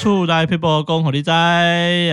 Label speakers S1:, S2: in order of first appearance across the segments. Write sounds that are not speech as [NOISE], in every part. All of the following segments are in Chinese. S1: 厝来 people 恭候你在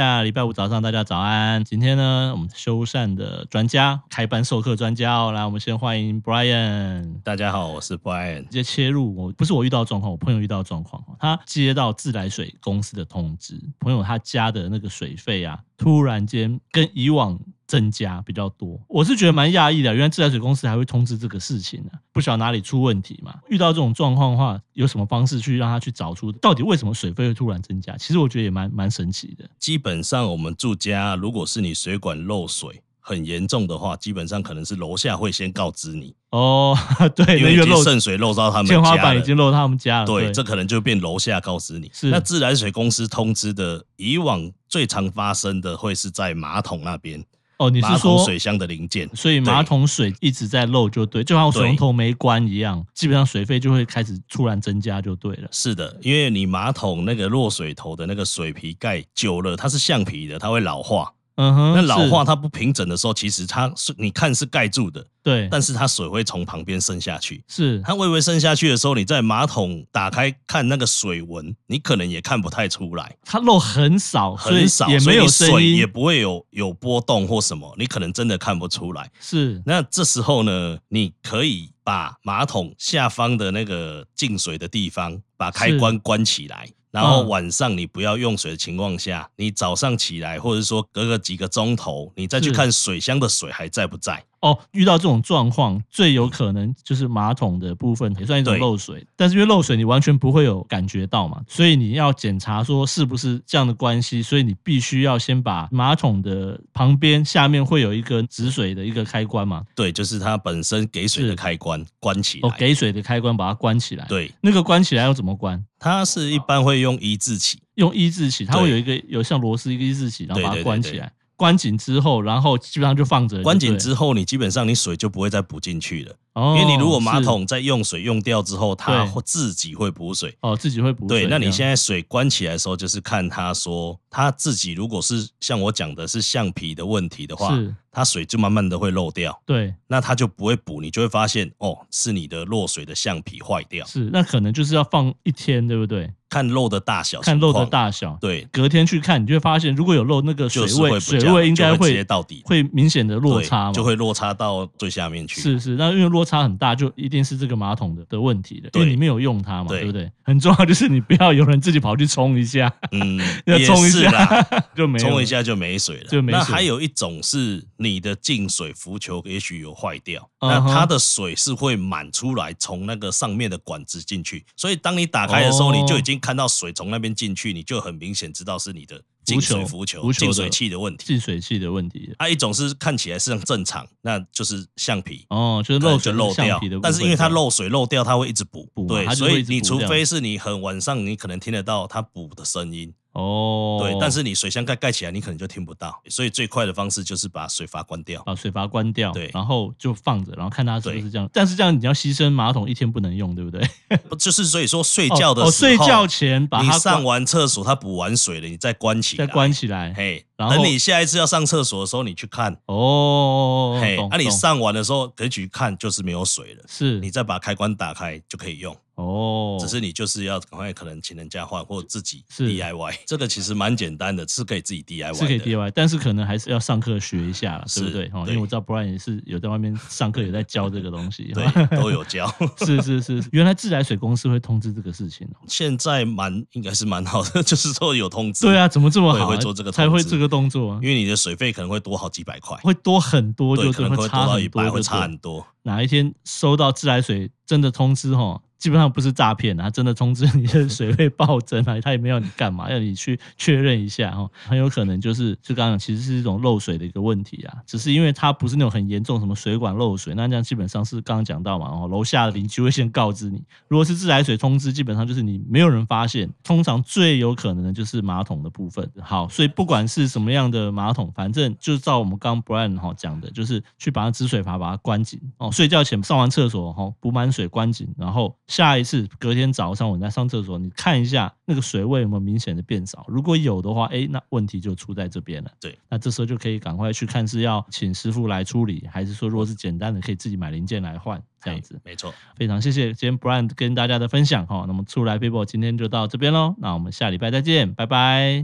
S1: 啊！礼拜五早上大家早安。今天呢，我们修缮的专家开班授课专家哦，来，我们先欢迎 Brian。
S2: 大家好，我是 Brian
S1: 直。接切入我不是我遇到的状况，我朋友遇到的状况哦。他接到自来水公司的通知，朋友他家的那个水费啊，突然间跟以往增加比较多，我是觉得蛮讶异的。原来自来水公司还会通知这个事情呢、啊，不晓得哪里出问题嘛。遇到这种状况的话，有什么方式去让他去找出到底为什么水费会突然增加？其实我觉得也蛮蛮神奇的。
S2: 基本上我们住家，如果是你水管漏水很严重的话，基本上可能是楼下会先告知你，
S1: 哦， [LAUGHS] 对，
S2: 因
S1: 那
S2: 为已
S1: 个漏
S2: 经渗水漏到他们
S1: 天花
S2: 家
S1: 板已
S2: 了。
S1: 经漏到他们家了。
S2: 对，这可能就变楼下告知你。
S1: 是
S2: 那自来水公司通知的，以往最常发生的会是在马桶那边，
S1: 哦，你是
S2: 马桶
S1: 说
S2: 水箱的零件。
S1: 所以马桶水一直在漏，就对，就好像水龙头没关一样，基本上水费就会开始突然增加，就对了。
S2: 是的，因为你马桶那个落水头的那个水皮盖久了，它是橡皮的，它会老化。
S1: 嗯哼，
S2: 那老
S1: 是
S2: 化它不平整的时候，其实它是你看是盖住的，
S1: 对，
S2: 但是它水会从旁边渗下去。
S1: 是
S2: 它微微渗下去的时候，你在马桶打开看那个水纹，你可能也看不太出来，
S1: 它漏很少，所以
S2: 很少，
S1: 也没有
S2: 所
S1: 声
S2: 以你水
S1: 音，
S2: 也不会有有波动或什么，你可能真的看不出来。
S1: 是
S2: 那这时候呢，你可以把马桶下方的那个进水的地方把开关关起来，然后晚上你不要用水的情况下，你早上起来或者说隔个几个钟头，你再去
S1: 是
S2: 看水箱的水还在不在。
S1: 哦。遇到这种状况，最有可能就是马桶的部分也算一种
S2: 对
S1: 漏水，但是因为漏水你完全不会有感觉到嘛，所以你要检查说是不是这样的关系，所以你必须要先把马桶的旁边下面会有一个止水的一个开关嘛，
S2: 对，就是它本身给水
S1: 是
S2: 的开关关起来。
S1: 哦，给水的开关把它关起来。
S2: 对，
S1: 那个关起来要怎么关？
S2: 它是一般会用一字起，
S1: 用一字起，它
S2: 对
S1: 会有一个有像螺丝一个一字起，然后
S2: 对
S1: 把它
S2: 对
S1: 关
S2: 对
S1: 起
S2: 对
S1: 来。关紧之后，然后基本上就放着了。
S2: 关紧
S1: 对
S2: 之后，你基本上你水就不会再补进去了，
S1: 不对，哦
S2: 因为你如果马
S1: 是
S2: 桶在用水用掉之后，它
S1: 对
S2: 会自己会补水。
S1: 哦自己会补水
S2: 对，
S1: 这样。
S2: 那你现在水关起来的时候，就是看他说他自己如果是像我讲的是橡皮的问题的话，
S1: 是
S2: 它水就慢慢的会漏掉，
S1: 对
S2: 那它就不会补，你就会发现哦，是你的落水的橡皮坏掉，
S1: 是，那可能就是要放一天，对不对？
S2: 看漏的大小，
S1: 看漏的，大小，
S2: 对，
S1: 隔天去看，你就会发现如果有漏，那个水
S2: 就是
S1: 位
S2: 会比
S1: 水
S2: 较
S1: 位应该
S2: 就会直接
S1: 会
S2: 到底
S1: 会明显的落
S2: 对
S1: 差嘛，
S2: 就会落差到最下面去。
S1: 是是，那因为落差很大，就一定是这个马桶的的问题了，因为
S2: 对
S1: 你没有用它嘛，
S2: 对
S1: 对不对？很重要就是你不要有人自己跑去冲一下，，
S2: 嗯
S1: [LAUGHS] 要
S2: 也
S1: 冲一
S2: 是啦，
S1: 下就 [LAUGHS] 没有
S2: 冲一
S1: 了。
S2: 下就没水了。
S1: 就没水
S2: 那还有一种是你的进水浮球也许有坏掉，
S1: 嗯
S2: 那
S1: 哼
S2: 它的水是会满出来，从那个上面的管子进去。所以当你打开的时候，
S1: 哦
S2: 你就已经看到水从那边进去，你就很明显知道是你的进水浮
S1: 浮
S2: 球、
S1: 球的
S2: 进水器的问题。
S1: 进水器的问题了。
S2: 啊，一种是看起来是正常，那就是橡皮。
S1: 哦，就是
S2: 可
S1: 漏
S2: 能就
S1: 水
S2: 漏
S1: 橡
S2: 掉
S1: 皮的部分，
S2: 但是因为它漏水漏掉，它会一直补
S1: 补，嘛
S2: 对
S1: 它，就
S2: 所
S1: 会一
S2: 以
S1: 直
S2: 你
S1: 补
S2: 除
S1: 这样
S2: 非是你很晚上，你可能听得到它补的声音，
S1: 哦，
S2: 对，但是你水箱盖盖起来，你可能就听不到，所以最快的方式就是把水阀关掉。
S1: 把水阀关掉，
S2: 对
S1: 然后就放着，然后看它是不是
S2: 对
S1: 这样。但是这样你要牺牲马桶一天不能用，对不对？
S2: 不就是所以说睡觉的
S1: 哦
S2: 时候，
S1: 哦睡觉前把
S2: 你
S1: 它
S2: 上
S1: 关
S2: 完厕所，它补完水了，你再关起来。
S1: 再关起来。
S2: 嘿，
S1: 然后
S2: 等你下一次要上厕所的时候，你去看。
S1: 哦，
S2: 嘿，
S1: 懂
S2: 那你
S1: 懂
S2: 上完的时候，可以去看，就是没有水了。
S1: 是
S2: 你再把开关打开就可以用，
S1: 哦，
S2: 只是你就是要赶快可能请人家换或自己
S1: 是
S2: DIY，这个其实蛮简单的，是可以自己 DIY 的。
S1: 是可以 DIY，但是可能还是要上课学一下啦，对不
S2: 是
S1: 对？哦，因
S2: 对
S1: 为我知道 Brian 也是有在外面上课，有在教这个东西。
S2: [LAUGHS] 对，都有教。
S1: [LAUGHS]
S2: [LAUGHS]
S1: 是是是，原来自来水公司会通知这个事情哦。
S2: 现在蛮应该是蛮好的， [LAUGHS] 就是说有通知。
S1: 对啊，怎么这么
S2: 会
S1: 好啊？
S2: 会做这个
S1: 才
S2: 通
S1: 会
S2: 知
S1: 这个动作啊，
S2: 因为你的水费可能会多好几百块，
S1: 会多很哦多，就
S2: 对，
S1: 是
S2: 可能会多
S1: 差
S2: 到
S1: 很
S2: 一
S1: 多，
S2: 百，会
S1: 就
S2: 差
S1: 对
S2: 很多。
S1: 哪一天收到自来水真的通知吼，基本上不是诈骗啊，真的通知你的水费暴增啊， [LAUGHS] 他也没有你干嘛，要你去确认一下哈，很有可能就是就刚刚讲，其实是一种漏水的一个问题啊，只是因为它不是那种很严重什么水管漏水，那这样基本上是刚刚讲到嘛，哦，楼下的邻居会先告知你，如果是自来水通知，基本上就是你没有人发现，通常最有可能的就是马桶的部分。好，所以不管是什么样的马桶，反正就照我们刚刚 Brian 哈讲的，就是去把它止水阀把它关紧哦。睡觉前上完厕所哈，补满水关紧，然后下一次隔天早上我在上厕所，你看一下那个水位有没有明显的变少，如果有的话，哎，那问题就出在这边了。
S2: 对，
S1: 那这时候就可以赶快去看是要请师傅来处理，还是说如果是简单的可以自己买零件来换。这样子。
S2: 没错，
S1: 非常谢谢今天 Brian 跟大家的分享哈，那么出来 people 今天就到这边喽，那我们下礼拜再见，拜拜。